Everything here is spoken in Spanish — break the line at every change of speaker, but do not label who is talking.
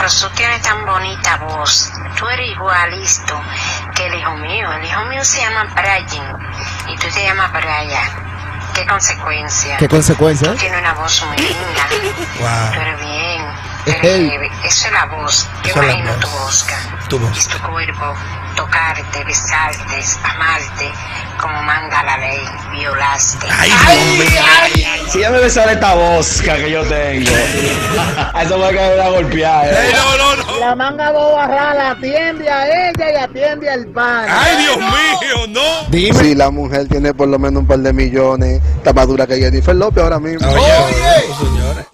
Rosú tiene tan bonita voz. Tú eres igualito que el hijo mío. El hijo mío se llama Brian y tú te llamas Brian. ¿Qué consecuencia?
¿Qué consecuencia?
Tú tienes una voz muy linda. Tú
Wow.
eres bien.
Ey.
Eso Esa es la voz. Yo
Esa es la
imagino
voz.
tu voz, Oscar.
Tu voz.
Es tu cuerpo. Tocarte, besarte, amarte, como manda la ley. Violaste.
Ay, hombre.
Si ya me besara esta bosca que yo tengo, a eso me va a caer una golpeada.
Ey,
¿eh?
no, no, no.
La manga boba rala atiende a ella y atiende al pan.
Ay, Dios mío, no.
Dime.
Si la mujer titiene por lo menos un par de millones, está más dura que Jennifer López ahora mismo.
Oye, no, señores.